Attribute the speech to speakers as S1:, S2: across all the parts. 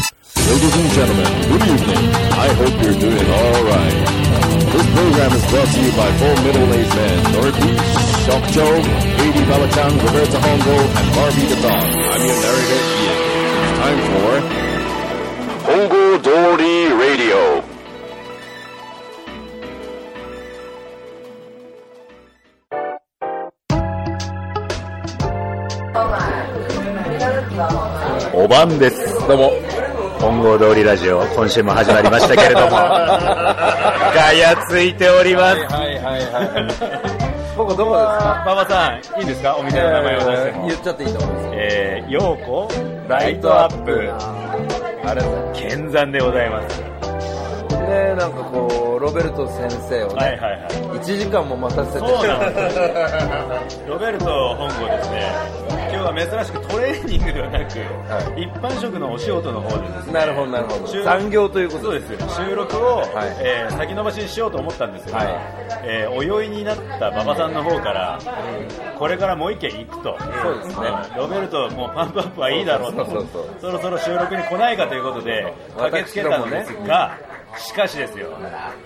S1: Ladies and gentlemen, good evening. I hope you're doing all right. This program is brought to you by four middle-aged men, Norby, Shock Joe, Katie Balachan, Roberta Hongo, and Barbie the Dog. I'm your narrator, Ian. It's time for Hongo Dory Radio. おばんです。どうも。
S2: 本郷通りラジオ、今週も始まりましたけれども、ガヤついております。
S3: はいはいはい。僕どこですか
S2: 馬場さん、いいですかお店の名前を出しても。
S3: 言っちゃっていいと思います。
S2: えー、ようこ、ライトアップ、
S3: あれだ
S2: 剣山でございます。
S3: ねなんかこう、ロベルト先生を
S2: はい
S3: ね、
S2: はいはい。
S3: 1時間も待たせて、
S2: そうなんですよ。ロベルト本郷ですね、今日は珍しくトレーニングではなく、
S3: は
S2: 一般職のお仕事の方でですね、
S3: なるほどなるほ
S2: 収
S3: ど。
S2: 録
S3: 残業というこ
S2: そ
S3: と
S2: う
S3: で
S2: ですよ収録を、
S3: はい
S2: えー先延ばしにしようと思ったんですが、
S3: はい
S2: えーお酔いになった馬場さんの方から、これからもう一軒行くと、
S3: そうですね
S2: んロベルト、もうパンプアップはいいだろうと、
S3: そうそうそうそう
S2: そろそろ収録に来ないかということで、
S3: 私
S2: 駆けつけたんですが、しかしですよ、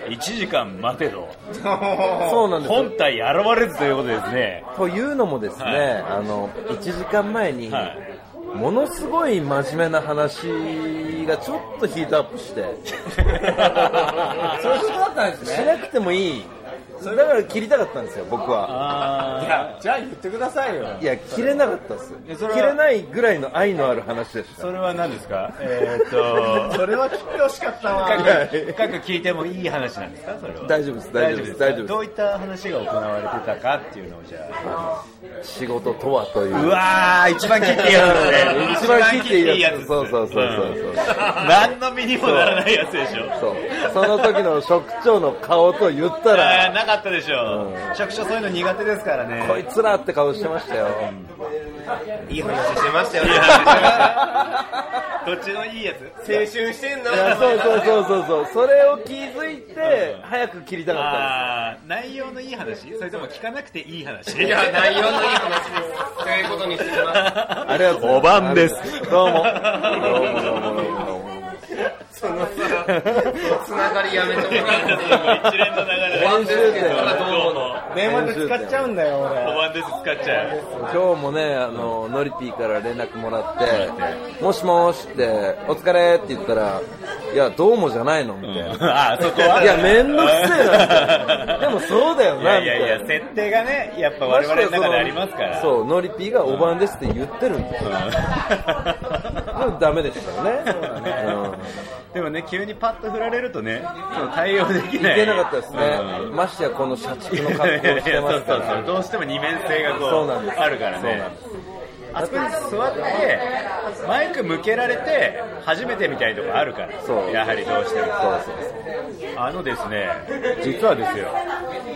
S2: 1時間待てど、
S3: そうなんですよ
S2: 本体現れずということでですね、
S3: というのもですね、
S2: はい
S3: あの、1時間前に、
S2: はい
S3: ものすごい真面目な話がちょっとヒートアップして、
S4: そういうことだったんです
S3: し
S4: ね。
S3: なくてもいい。だから切りたかったんですよ、僕は。
S2: あー
S4: いや、じゃあ言ってくださいよ。
S3: いや、切れなかったっす。
S2: や
S3: 切
S2: それは
S3: れないぐらいの愛のある話でした。
S2: それは何ですか、えーっ と
S4: それは聞いてほしかったわ。
S2: 深
S3: いや
S2: く深く聞いてもいい話なんですかそれは
S3: 大丈夫です大丈夫です大丈夫です
S2: どういった話が行われてたかっていうのをじゃ
S3: 仕事とはという。
S2: あうわー一番切っていいやつね
S3: 一番切っていいやつ
S2: です
S3: そうそうそうそうそうん
S2: 何の身にもならないやつでしょ
S3: そう。その時の職長の顔と言った
S2: あー
S3: ら、
S2: なかったでしょ職長そういうの苦手ですからね
S3: こいつらって顔してましたよ。
S4: いい話してましたよ
S2: いや どっちのいいやつ
S4: 青春してんの
S3: いやそうそうそうそうそう。それを気づいて、早く切りたかっ
S2: あー内容のいい話それとも聞かなくていい話
S4: いや、内容のいい 話です。ということにしてきま
S3: たんです。ありがとう
S2: 5番です
S3: どうも。どうもどうもどうもどうも。
S4: す。そのさ、つながりやめてもらっていい
S2: 一連の流れ
S3: 練習
S4: それはどうも。
S3: 電話で使っちゃうんだよ。
S2: 5番です使っちゃう
S3: 今日もね、あの、ノリピーから連絡もらって、もしもしって、お疲れって言ったら、いや、どうもじゃないのみたいな。
S2: あそこはい
S3: や、めんどくせえなみたいな。でもそうだよ
S2: い
S3: な、
S2: や
S3: み
S2: い
S3: たいな。
S2: やいや設定がねやっぱ我々の中でありますから
S3: そう、ノリピーがおばんですって言ってるんですよ。でもダメでしたよね。
S2: でもね急にパッと振られるとねそう対応でき
S3: うん
S2: ない
S3: いけなかったです
S2: う
S3: ね。
S2: ん
S3: ましてやこの社畜の格好
S2: いや
S3: し
S2: いや
S3: て
S2: そ
S3: ます
S2: うそ
S3: か
S2: うそう
S3: ら。
S2: どうしても二面性がこう
S3: そうなんです
S2: あるから
S3: そう
S2: ね
S3: なんです
S2: あそこに座ってマイク向けられて初めてみたいとこあるから
S3: そう
S2: やはりどうしても
S3: そうそうそう
S2: あのですね、実はですよ、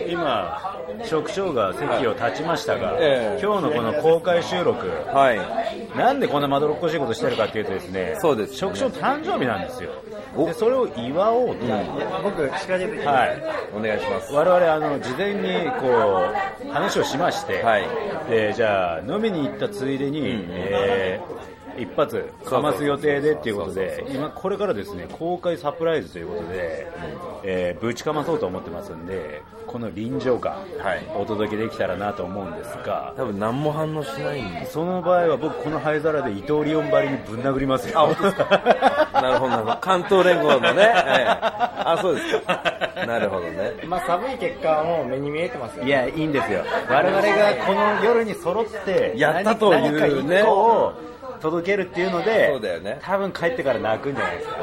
S2: 今、職長が席を立ちましたが、
S3: ええ
S2: 今日のこの公開収録、
S3: はい。
S2: なんでこんなまどろっこしいことしてるかっていうとですね、
S3: そうですね
S2: 職長誕生日なんですよ。
S3: お
S2: でそれを祝おうと、
S4: 僕、近づいてき
S2: はい、
S3: お願いします。
S2: 我々あの事前にこう話をしまして、
S3: はい
S2: でじゃあ飲みに行ったついでに、
S3: うん
S2: えー一発かます予定でっていうことで今これからですね公開サプライズということで、えーぶちかまそうと思ってますんでこの臨場感、
S3: はい
S2: お届けできたらなと思うんですが
S3: 多分何も反応しないんです。
S2: その場合は僕この灰皿で伊藤リオンばりにぶん殴りますよ
S3: あ本当ですかなるほど、なるほど。関東連合のね。ええあ、そうですか。なるほどね。
S4: まあ、寒い結果はもう目に見えてますよ
S2: い。や、いいんですよ。我々がこの夜に揃って、
S3: やったというね
S2: 何か一個を届けるっていうので、
S3: そうだよね
S2: 多分帰ってから泣くんじゃないですか。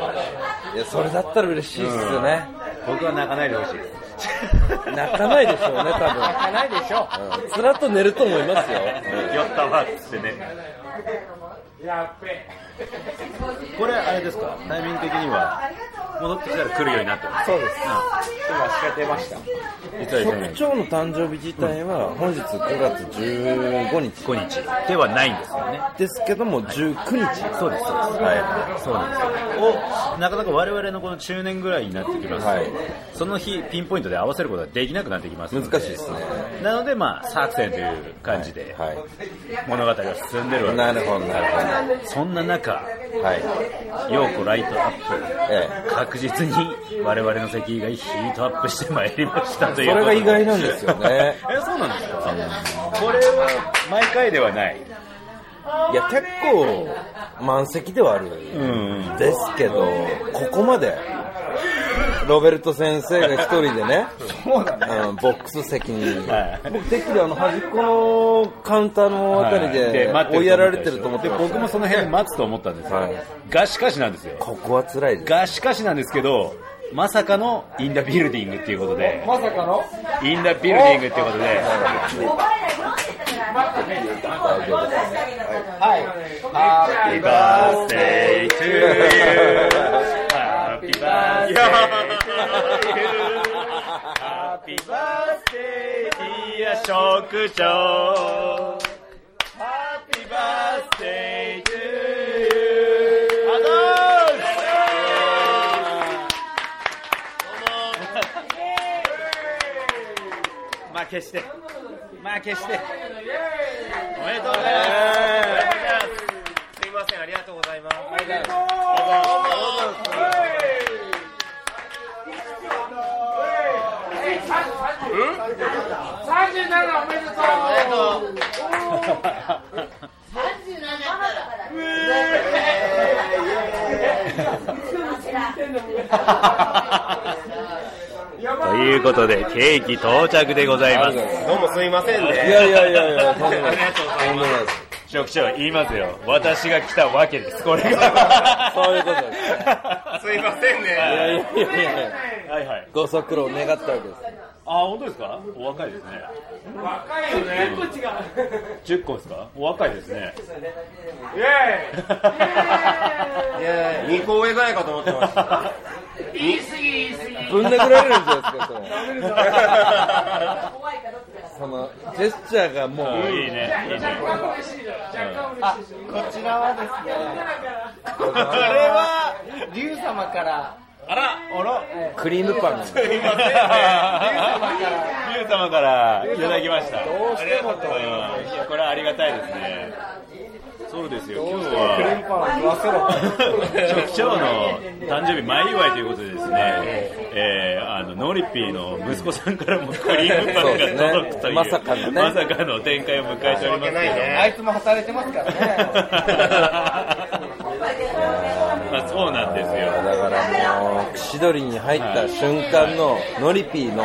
S3: いや、それだったら嬉しいっすよね。
S2: 僕は泣かないでほしいです。
S3: 泣かないでしょうね、多分
S4: 泣。かないでしょ。
S3: うんつらっと寝ると思いますよ。
S2: 酔ったわっつってね。これあれですかタイミング的には戻ってきたら来るようになってます。
S4: そうです。今、仕掛けました。
S2: 実は
S3: 局長の誕生日自体は本日9月15日
S2: 5日ではないんですよね。
S3: ですけども19日
S2: そうです、そうです。
S3: は
S2: そうなんですよ。を、なかなか我々のこの中年ぐらいになってきますと、
S3: はい
S2: その日、ピンポイントで合わせることはできなくなってきますので。
S3: 難しいですね。
S2: なので、まあ、作戦という感じで、
S3: はい
S2: 物語が進んでるわけです。
S3: なるほどなる
S2: そんな中、はい、ようこライトアップ、
S3: え
S2: 確実に我々の席がヒートアップしてまいりましたという
S3: それが意外なんですよね
S2: えそうなんですかこれは毎回ではない
S3: えいや結構満席ではある
S2: うん
S3: ですけど、ここまでロベルト先生が一人でねあのボックス席に、
S2: はい
S3: 僕てっきりあの端っこのカウンターのあたりで追いやられてると思ってま
S2: で
S3: した
S2: 僕もその辺で待つと思ったんですよ、
S3: はい
S2: がしかしなんですよ
S3: ここは辛いです
S2: がしかしなんですけどまさかのインダビルディングっていうことで
S3: まさかの
S2: インダビルディングっていうことで
S3: 大丈夫です
S2: ハッピーバースデートゥーユーハッピーバースデートゥーユーハッピーバースデーディア職長ハッピーバースデートゥーユーアドーまあ決してまあ決しておめでとうございます
S4: すいません、ありがとうございます。
S2: ということで、ケーキ到着でございます。
S4: どうもすいません
S3: い
S4: ね。
S3: やいやいやいや、とんでも
S4: あ
S3: ない
S4: りがとうございます。
S2: 職長、言いますよ。私が来たわけです、これが。
S3: そういうことです
S4: すいませんね。
S3: いやいやいやいや
S2: はいはい。
S3: ご足労願ったわけです。
S2: あ、本当ですかお若いですね。若いよね。10個違う。10個ですかお若いですね。イェ
S4: いやいや、2個上ぐらいかと思ってました。
S3: ぶん殴られるんじゃないですか、それ。その、ジェスチャーがもう、
S2: いいね、いいね。
S5: こちらはですね、
S2: これは、
S5: 龍様から、
S2: あら、あら、
S3: クリームパンなんです
S2: いませんね。ゆう様からいただきました。どうしてもと。いやこれはありがたいですね。そうですよ。今日は
S5: パン言わせろ。
S2: 局長の誕生日前祝いということでですね。えー、あのノーリッピーの息子さんからもクリームパンが届くという
S3: そうですねまさかのね
S2: まさかの展開を迎えておりますけど。
S5: あいつも働いてますからね。
S2: まあそうなんですよ。
S3: だからもう、串取りに入った瞬間の、ノリピーの、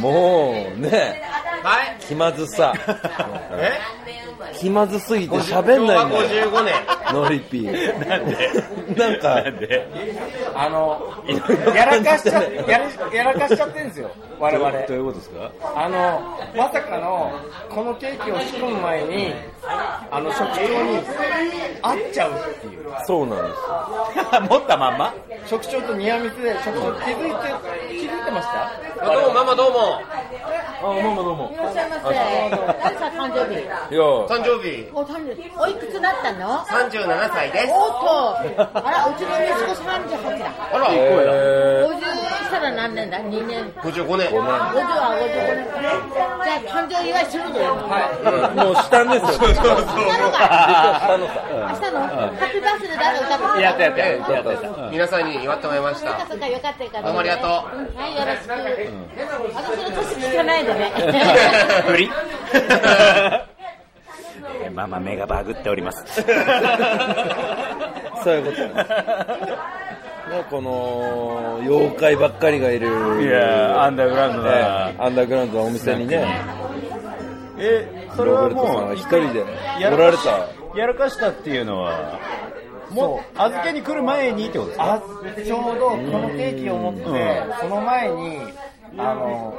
S3: もうね、
S4: はい。
S3: 気まずさ。
S4: え
S3: 気まずすぎて喋んないんだよ。
S4: 昭和55年。
S3: ノリピー。
S2: なんで
S3: なんか
S2: なんで
S5: あの、やらかしちゃ、やらやらかしちゃってんですよ、我々。
S2: どういうことですか
S5: あの、まさかの、このケーキを仕込む前に、あの、食長に会っちゃうっていう。
S3: そうなんですよ。
S2: 持ったまん ま
S5: 食長とニアミスで、食長気づいて、気づいてました
S4: あどうも、ママどうも。
S3: あ、どうもどうも。
S6: いらっしゃいませ。誰か誕生日。
S3: いや、
S4: 誕生日、
S6: お誕生日。おいくつだったの？
S4: 37歳です。
S6: おっと。あら、うちの息子三十八だ。
S4: あら、
S3: え
S6: 五十したら何年だ？二年。
S4: 55
S6: 五
S4: 年。
S6: 十は五十五年。じゃあ誕生祝いするぞよ。
S3: ー、もうしたんですよ。
S4: そうそう
S6: したのか。
S3: したのさ。
S6: 明日のハッピーバースデー誰歌ってる？
S2: やったやった
S4: え
S2: やったやったやっ
S4: え皆さんに祝ってもらいまし
S6: そっか
S4: た。
S6: そっかよかったよかった。
S4: どうもありがと
S6: う
S4: う
S6: んはいよろしく。私の年聞かないでね。
S2: た振り えママ目がバグっております
S3: そういうことなんですもうこの妖怪ばっかりがいる
S2: いやーアンダーグラウンド
S3: ね
S2: だな
S3: アンダーグラウンドのお店にね
S2: えそれ
S3: ロ
S2: は
S3: ベルトさん
S2: も
S3: が
S2: う
S3: 一人で
S2: や
S3: お
S2: ら
S3: ら
S2: か
S3: れ
S2: したやらかしたっていうのはもう預けに来る前にってことですか
S5: あちょうどこのケーキを持ってて、その前に、あの、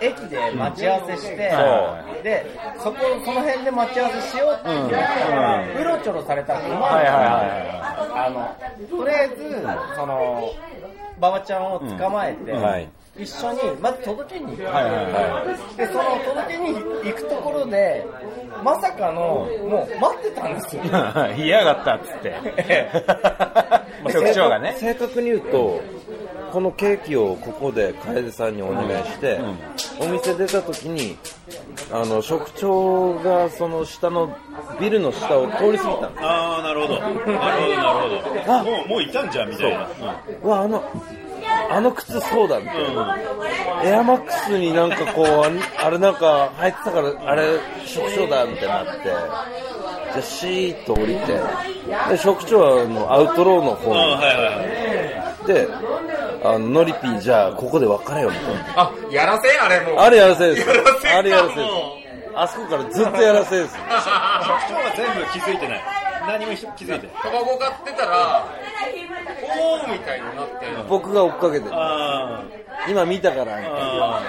S5: 駅で待ち合わせして
S2: う、
S5: で、そこ、その辺で待ち合わせしようって言ったら、うろちょろされたら困るか
S2: はいはい
S5: ら、あの、とりあえず、その、馬場ちゃんを捕まえて、
S3: はい
S5: 一緒に、まず届けに行く。
S7: はいはいは
S5: で、その届けに行くところで、まさかの、もう待ってたんですよ。
S7: い。嫌がったっつって。まあ局長がね。
S3: 正確に言うとこのケーキをここで楓さんにお願いして、お店出た時にあの職長がその下のビルの下を通り過ぎたんで
S2: ああ、なるほど。なるほど、なるほど。もう、もういたんじゃんみたいな。うん
S3: すうわあのあの靴そうだみたいな、エアマックスになんかこうあんあれなんか入ってたからあれ職長だみたいになってじゃあシーッと降りてで職長はもうアウトローの方
S2: あ
S3: に
S2: あ、はいはいはい。
S3: で、あの、ノリピーじゃあ、ここで別れよ、みたいな。
S4: あ、やらせあれもう。
S3: あれやらせです。
S2: やらせか
S3: あれやらせで
S2: も
S3: す。あそこからずっとやらせです。
S2: 局長は全部気づいてない。何も気づいてない。
S4: タバコ買ってたら、おーみたいになって、
S3: 僕が追っかけてる、
S2: あ
S3: 今見たから、みたいな。
S2: あ、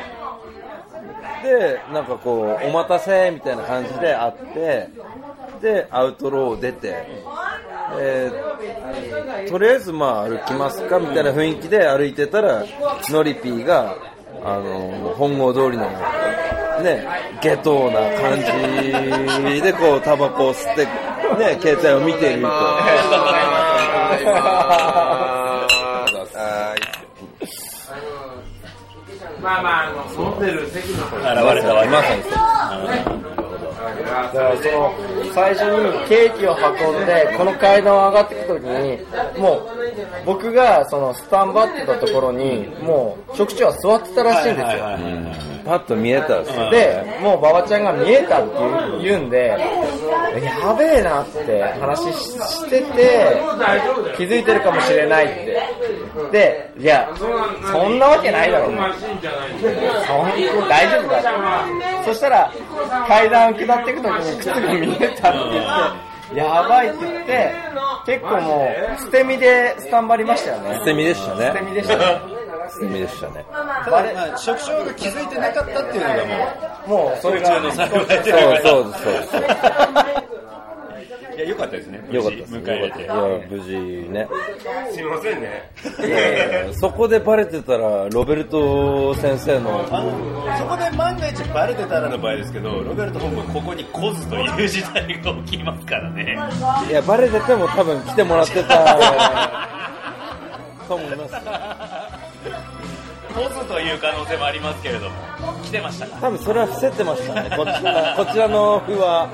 S3: で、なんかこう、お待たせ、みたいな感じで会って、で、アウトローを出て、えーとりあえずまあ歩きますか、みたいな雰囲気で歩いてたら、ノリピーが、あの、本郷通りの、ね、下等な感じで、こう、タバコを吸って、ね、携帯を見ていると。
S4: まあまあ、あの、持ってる席の話
S2: 現れたわけ
S3: まさにそう
S5: だからその最初にケーキを運んでこの階段を上がっていくときにもう僕がそのスタンバってたところにもう職長は座ってたらしいんですよ
S2: はいはいはい
S3: パッと見えたんですよ。
S5: でもう馬場ちゃんが見えたって言う言うんでやべえなって話ししてて気づいてるかもしれないってでいやそんなわけないだろうそん大丈夫だってそしたら階段を下っていくときに靴が見えたって言ってやばいって言って結構もう捨て身でスタンバりましたよ
S3: 捨
S5: ね
S3: て身でした
S5: 捨て身
S3: ね。
S5: でしたね
S3: 捨て身でしたね。
S5: バ
S2: た
S5: レ
S2: だまあ職長が気づいてなかったっていうのがも
S5: もうそれが
S2: う、幸いといううか
S3: そそうです、そうです。
S2: いや、良かったですね。
S3: よかったです。
S2: 無事迎えれて。
S3: いや、無事ね。
S4: すいませんね。
S3: えーそこでバレてたら、ロベルト先生の、
S2: そこで万が一バレてたらの場合ですけど、ロベルト本部ここに来ずという事態が起きますからね。
S3: いや、バレてても多分来てもらってた、と思います。
S2: 来ずという可能性もありますけれども、来てましたか
S3: 多分それは伏せてましたね。こちら、こちらの服は、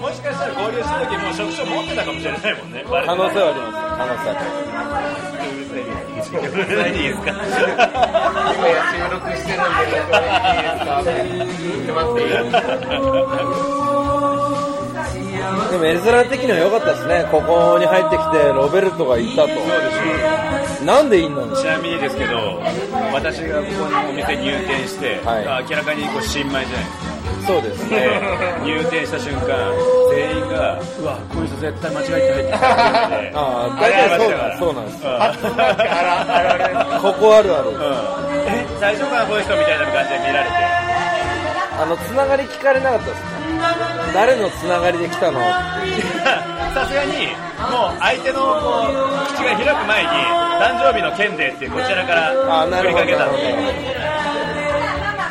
S2: もしかしたら合流した時もう職種持ってたかもしれないもんね。バレて
S3: 可能性はあります。可能性はありま
S2: ないですか。
S3: す。
S4: 今や収録してるんで、いいですかって言ってますね。
S3: でもエルサラ的には良かったですね、ここに入ってきて、ロベルトがいたと、なんでいいの
S2: ちなみにですけど、私がここのお店入店して、
S3: は
S2: あ
S3: い
S2: 明らかにこう新米じゃないですか。
S3: そうですね、
S2: で入店した瞬間全員が「うわこいつ絶対間違えて入ってきた」
S3: あー大体そうなんそうなんです、
S2: あ
S3: ここあるある、
S2: え大丈夫かなこの人みたいな感じで見られて
S3: あのつながり聞かれなかったですね、誰のつながりで来たの、
S2: さすがにもう相手のこう口が開く前に「誕生日の件で」ってこちらから
S3: あーな
S2: 振
S3: る
S2: り
S3: ほど
S2: かけたので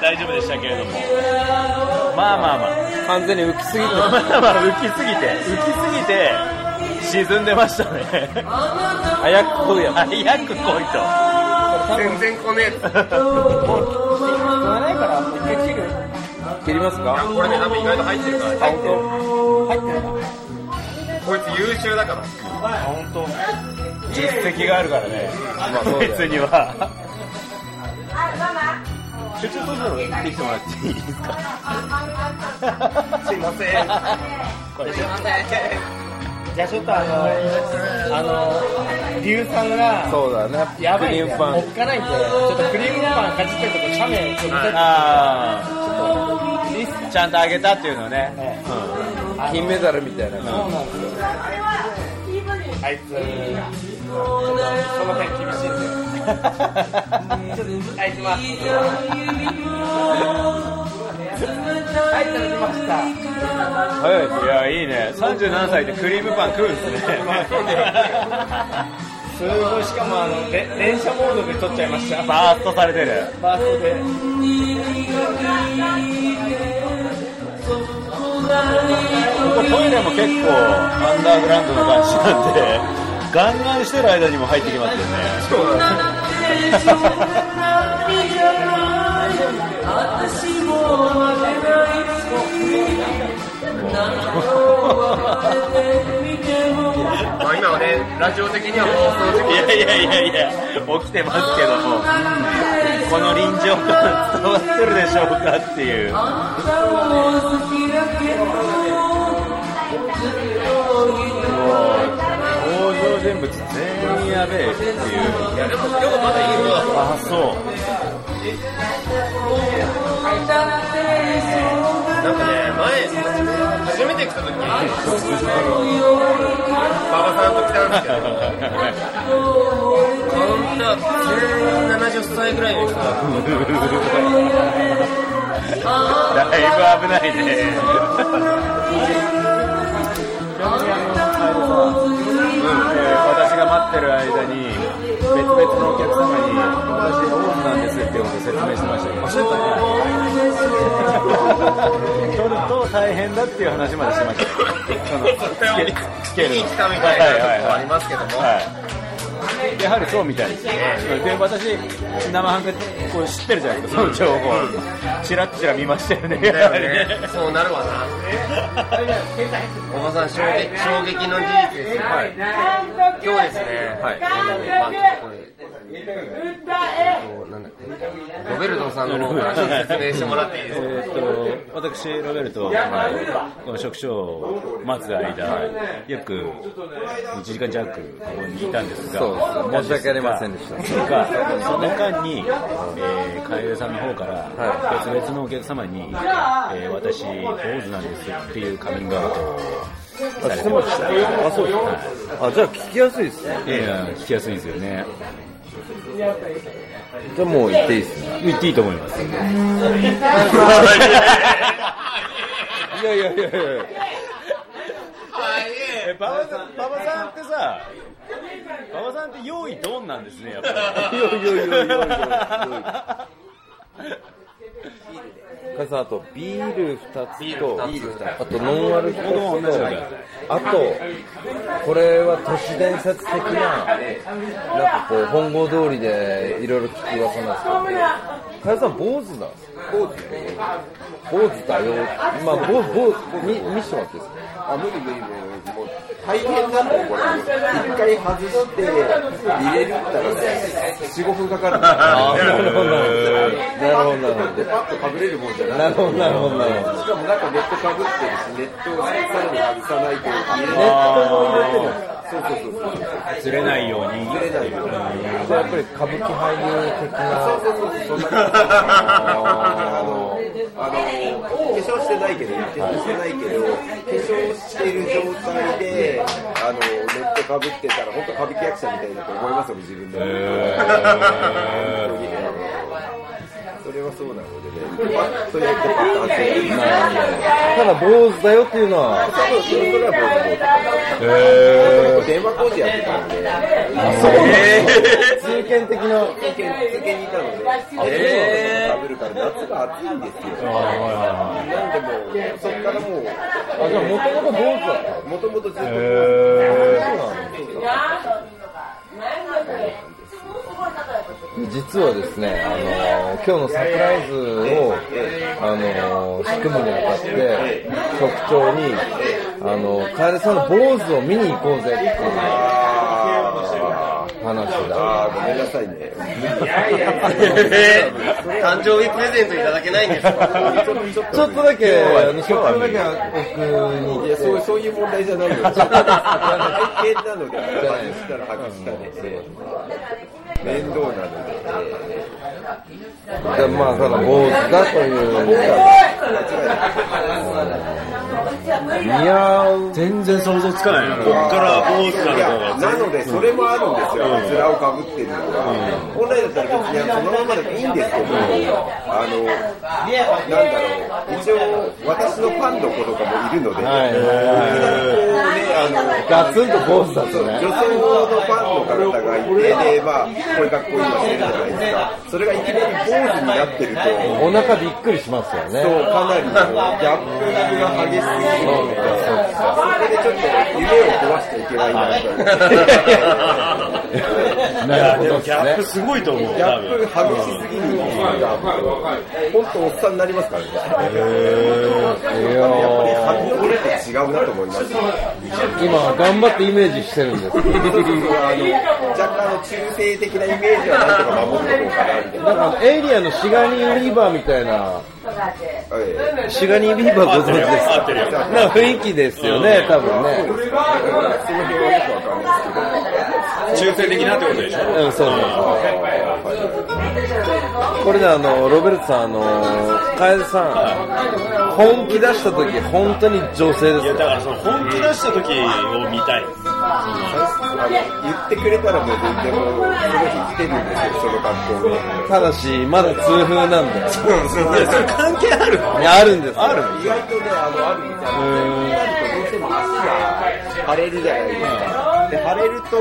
S2: 大丈夫でしたけれどもまあまあまあ
S3: 完全に浮きすぎ て、
S2: まあまあ浮きすぎて浮きすぎて沈んでましたね
S3: 早く来いや、
S2: 早く来いと。
S4: 全然来ねえって。
S5: 言わないからもう一回切る
S3: 切りますか、
S4: これね、多分意外と入ってるから。
S5: 入ってる入ってるな
S4: こいつ優秀だから。
S2: 本当実績があるからね、
S3: まあそうだよ
S2: 別には。出張途上できてもらっていいですか
S4: すいません。すいません。
S5: じゃあちょっとあの、あの、リュウさんが、
S3: そうだね、
S5: やば
S3: ク
S5: い
S3: リ
S5: ん
S3: ー
S5: で、
S3: ムパ
S5: おっ
S3: ン、
S5: かないんで、ちょっとクリームパンかじってるとこ、斜面、ちょっと出て
S2: ああ、ちゃんとあげたっていうのね、
S3: 金メダルみたいな感じ、
S5: あいつ、
S4: その辺厳しいんだよ。
S5: あいつま。はい、食べました。
S2: はい、いや、いいね、37歳でクリームパン食うんですね、
S5: すごい、しかもあの、れ連射モードで撮っちゃいました。フ
S2: バーストされてる
S5: ァーストで。
S2: トイレも結構アンダーグラウンドの感じなんでガンガンしてる間にも入ってきますよね
S4: まあ今はね、ラジオ的にはもうその時
S2: いやいやいやいや起きてますけどもこの臨場感伝わってるでしょうかっていうもう登場人物全員やべえっていういやでもまだいい方だあそう
S4: なんかね、前、初めて来た時に、馬場さんと来たんですけど、こんな全員70歳ぐらいの人だと思って
S2: だいぶ危ないね私が待ってる間に別々のお客様に私オーンなんですっていうことを説明してましたけど取ると大変だっていう話までしてましたそのつけつける
S4: 見
S2: の
S4: に来たみたいなとこありますけども、
S2: はい、やはりそうみたいですね、で私、生ハンでこう知ってるじゃないですか、その情報、ちらっちら見ましたよね、
S4: だ
S2: やはり
S4: よね
S2: ね、
S4: そうなるわな。おばさん衝撃、衝撃の事実ですよ。今日ですね、
S2: はい
S4: まあこれなんだっけロベルトさんの方から説明してもらっていいですか
S2: えーっと私、ロベルト、この職所を待つ間、約1時間弱、ここにいたんですが、
S3: そうです申し訳ありませんでした
S2: がその間に、えー、海江さんの方から、別々のお客様に、えー私、坊主なんですっていうカミングアウトをされてました。
S3: あ、そうですか。あ、じゃあ聞きやすいですね。
S2: いやいや、聞きやすいんですよね。
S3: じゃあもう行っていいですね。
S2: 言っていいと思います。い
S3: いやいやいやいや。
S2: え、馬場さん、馬場さんってさ、馬場さんって用意ドンなんですね、やっぱり。
S3: よいよいよいよいよいカズさんあとビール2つとあとノンアル1
S2: 僕も同じだ
S3: つとあとこれは都市伝説的ななんかこう本郷通りでいろいろ聞く噂なんですけどカズさん坊主だ坊主坊主だよまあ坊主坊主見見してもらっていいですか
S8: あ、無理無理無理。もう大変だもん、これ。一回外して、入れるったらね、4、5分かかるんだ
S3: あなるほどなるほどなるほど
S8: で、パッと被れるもんじゃ
S3: な
S8: な
S3: る
S8: い。
S3: ほどなるほどなるほど
S8: しかもなんかネット被ってるし、ネットをさらに外さないと入れ
S3: ネ
S8: ない。
S3: ットも入れてる
S8: そうそうそうそう。
S2: ずれないように。
S8: 入れないよ。
S3: じゃあやっぱり歌舞伎俳優的な
S8: そうそうそう、そんな感じ。あの、あの、化粧してないけど、化粧してないけど、化粧している状態で、あの、ネットかぶってたら、本当歌舞伎役者みたいだと思いますよ、自分で。本当にそれはそうなのでね、パッとやってパッと外れる。
S3: ただ坊主だよっていうのは
S8: 多分それぐらいもう
S3: へ
S8: 電話工事やってたので、
S3: え通勤的な
S8: 受験受験にいたので、かぶるから夏が暑いんですよ。なんでもう、そっからもう、
S3: あじゃあもともと坊主
S8: もともとずっ
S3: だった
S8: と、
S3: 実はですね、あのー今日のサプライズを、あのー仕組むにあたって、局長に、あのー、楓さんの坊主を見に行こうぜっていう
S8: あ
S3: 話
S8: あ、
S3: だ。
S8: ごめんなさいね。
S4: えー誕生日プレゼントいただけないんですか
S3: ちょっとだけ、あの、職場だけ僕に
S8: いや、そうそういう問題じゃ ないよ。体験なので、外したら外したで、面倒なので、
S3: じゃあまあ、ただ坊主だという。
S8: 間違いない。
S3: 似合う
S2: 全然想像つかないなこっから坊主
S5: い
S2: なのか
S5: や
S2: が
S5: なのでそれもあるんですよ、面をかぶってるのが、本来だったら別にそのままでもいいんですけど、あのなんだろう、一応、私のファンの子とかもいるので、
S3: はいはい
S5: ねあの
S3: ガツンと坊主だと
S5: 女
S3: ね
S5: 性のファンの方がいて、でまあ、これかっこいいのしてるじゃないですか、それがいきなり坊主になってると、
S3: お腹びっくりしますよね
S5: そうかなりギャップが激しすぎるので、そこでちょっと夢を壊しちゃいけないなと思って。
S3: なるほど
S2: ギャップすごいと思う
S5: ギ
S2: 多
S5: ャップ
S2: 分
S5: 激しすぎるんですが、本当おっさんになりますからね。やっぱり髪の毛って違うなと思います。
S3: 今頑張ってイメージしてるんです
S5: 若干あの中性的なイメージはなんとか守っておこうかなみたいな。
S3: なんかあのエイリアンのシガニー・リーバーみたいな
S5: え
S3: シガニー・リーバーご存知です
S2: 合ってるよ
S3: かな雰囲気ですよね多分ね
S2: 中性的なってことでしょ
S3: うん、そうそうこれね、あの、ロベルトさん、あの、楓さん、本気出した時、本当に女性です
S2: いや
S3: よ
S2: だ。からその本気出した時を見たい
S5: え言ってくれたらもう全然もう、その日来てるんですよ、その格好に。
S3: ただし、まだ痛風なんだよ。
S2: いやそれ関係ある
S3: いや、あるんですある
S5: 意外とね、あの、あるみたいな。どうしても足が腫れるじゃないですか。で、腫れると、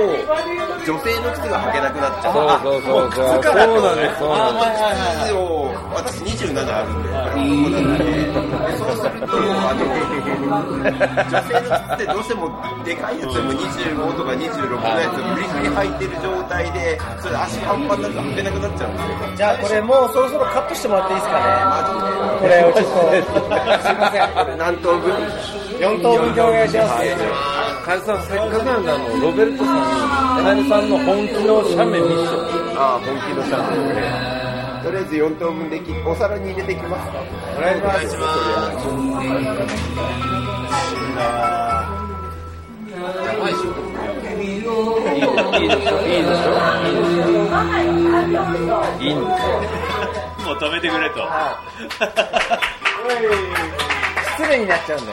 S5: 女性の靴が履けなくなっちゃう。
S3: そうそうそう。そうそうなんです、そうなんです。
S5: 靴を私27あるんで、そうすると、あの女性の靴ってどうしてもでかいやつも25とか26のやつ無理くり履いてる状態で、それ足パンパンになって履けなくなっちゃうんですよ。
S9: じゃあこれもうそろそろカットしてもらっていいですかねこれをちょっとすいません
S5: 何等分
S9: 4等分でお願いします
S3: 楓さん、せっかくなんで、あの、ロベルトさんに、楓さんの本気の写メ見せて
S5: ああ、本気のシャンプーとりあえず4等分でき、お皿に入れてきますかお願いします。
S3: いいんですよ。
S2: もう止めてくれと
S9: 失礼になっちゃうんで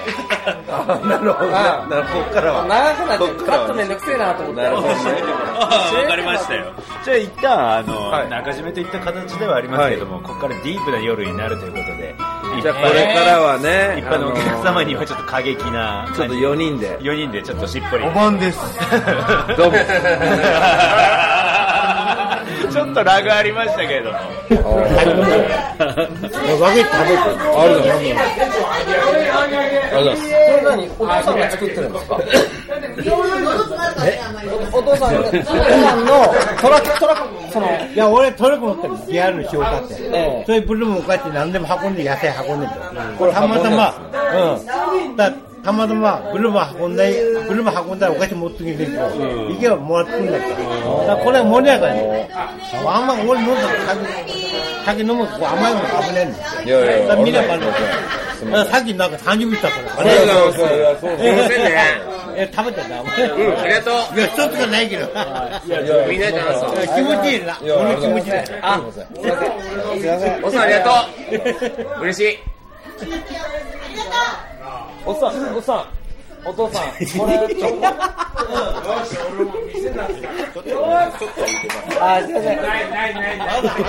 S3: なるほどね。なるほど、こっからは。
S9: 長くなっちゃう
S3: こっ
S9: カ
S3: からは
S9: ットめんどくせえなと思って
S3: なる ほどね
S2: ああわかりましたよじゃあ一旦あの、中締めといった形ではありますけども、ここからディープな夜になるということで
S3: じゃあ、これからはね、
S2: 一般のお客
S3: あの
S2: 様にはちょっと過激な
S3: ちょっと4人で。
S2: 4人でちょっとしっぽり
S9: 本 です
S3: どうも。
S2: ちょっとラグありましたけれども
S3: バゲット食べてるあるだろありがとうございます
S9: これ何お父さんが作ってるんですかおお父さんお父さんのトラックトラックその
S10: いや、俺トルコ乗ってるリアルの仕事あって。
S9: え
S10: そういうブルーもこうやって何でも運んで、野菜運んでる。たまたま、うん。だたまたま、ブルーも運んだり、ブルーも運んだらお菓子持ってきてるけど、行けばもらってくんだから。だからこれは盛り上がりね。あんま俺飲んだ酒、酒飲むとこう甘いもの食べれんの。
S3: いやいや
S10: だからみんな
S3: 俺
S10: バ
S3: も
S10: レてるだからさっきなんか30分したから。あ
S3: ありがとうございます
S10: ええ食べたな、お前。うん、ありがとう。いや、一つがないけど。
S4: みんなで話そう。
S10: 気持ちいいな。俺気持ちいいな。
S4: おっさんありがとう。嬉しい。
S3: おっさんおっさんお父さんこれちょっと
S9: あすいません
S10: 開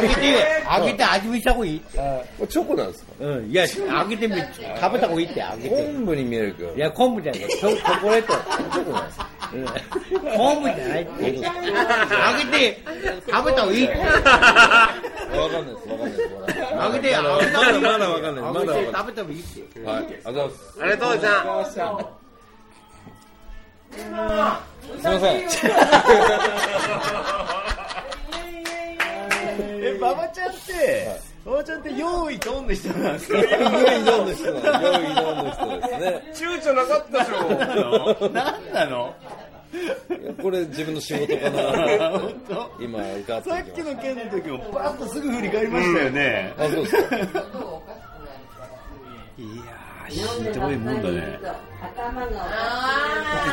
S10: けて、開けて味見した方がいい
S3: チョコなんですか
S10: うん。いや、開けてみ、食べた方がいいって、開けて。
S3: 昆布に見えるけど
S10: いや、昆布じゃない。チョチョコレート。チョコなんですうん昆布じゃないって。開けて、食べた方がいいって。
S3: わかんないですわかんないですわかんないです
S10: 開けて、開けた
S3: ま
S10: 方が
S3: だ
S10: いい。
S3: まだわかんないまだわかん
S10: 開けて
S3: ない
S10: 食べた方がいいって。
S3: はいありがとうございます
S4: ありがとう、おっさん。
S3: すいません
S2: え馬場ちゃんって馬場ちゃんって用意どんの人なんですか
S3: 用意どんの人なん用意どんの人ですね
S2: 躊躇なかったでしょ何なの
S3: いやこれ自分の仕事かな
S2: 本 当
S3: 今受かって
S2: さっ
S3: き
S2: き
S3: ま
S2: の件の時もバッとすぐ振り返りましたよね、
S3: うんあそうですか
S2: いやーひどいもんだね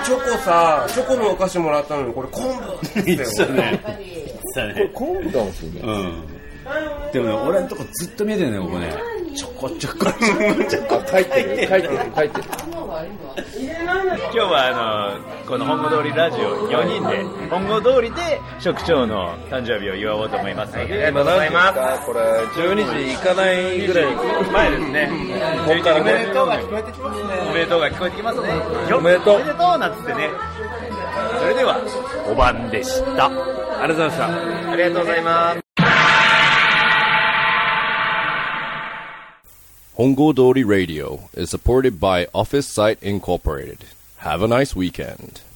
S4: チョコさ、チョコのお菓子もらったのに、これ昆布。
S2: 言ってたね言ってたね
S3: す昆布かもしれない
S2: うんでもね俺のとこずっと見えてるねここねちょこちょこちょこちょこ
S3: 書いてる書いてる書いてる
S2: 今日はあのこの本郷通りラジオ4人で本郷通りで職長の誕生日を祝おうと思いますので、
S3: 今何時ですかこれ12時いかないぐらい
S2: 前ですね
S3: こっから
S2: おめで
S3: ね
S2: とうが聞こえてきますねおめでとうが聞こえてきますね
S3: おめでとう
S2: おめでとうなんつってねそれではお晩でしたありがとうございました
S11: ありがとうございます。
S1: Hongo Dori Radio is supported by Office Site Incorporated. Have a nice weekend.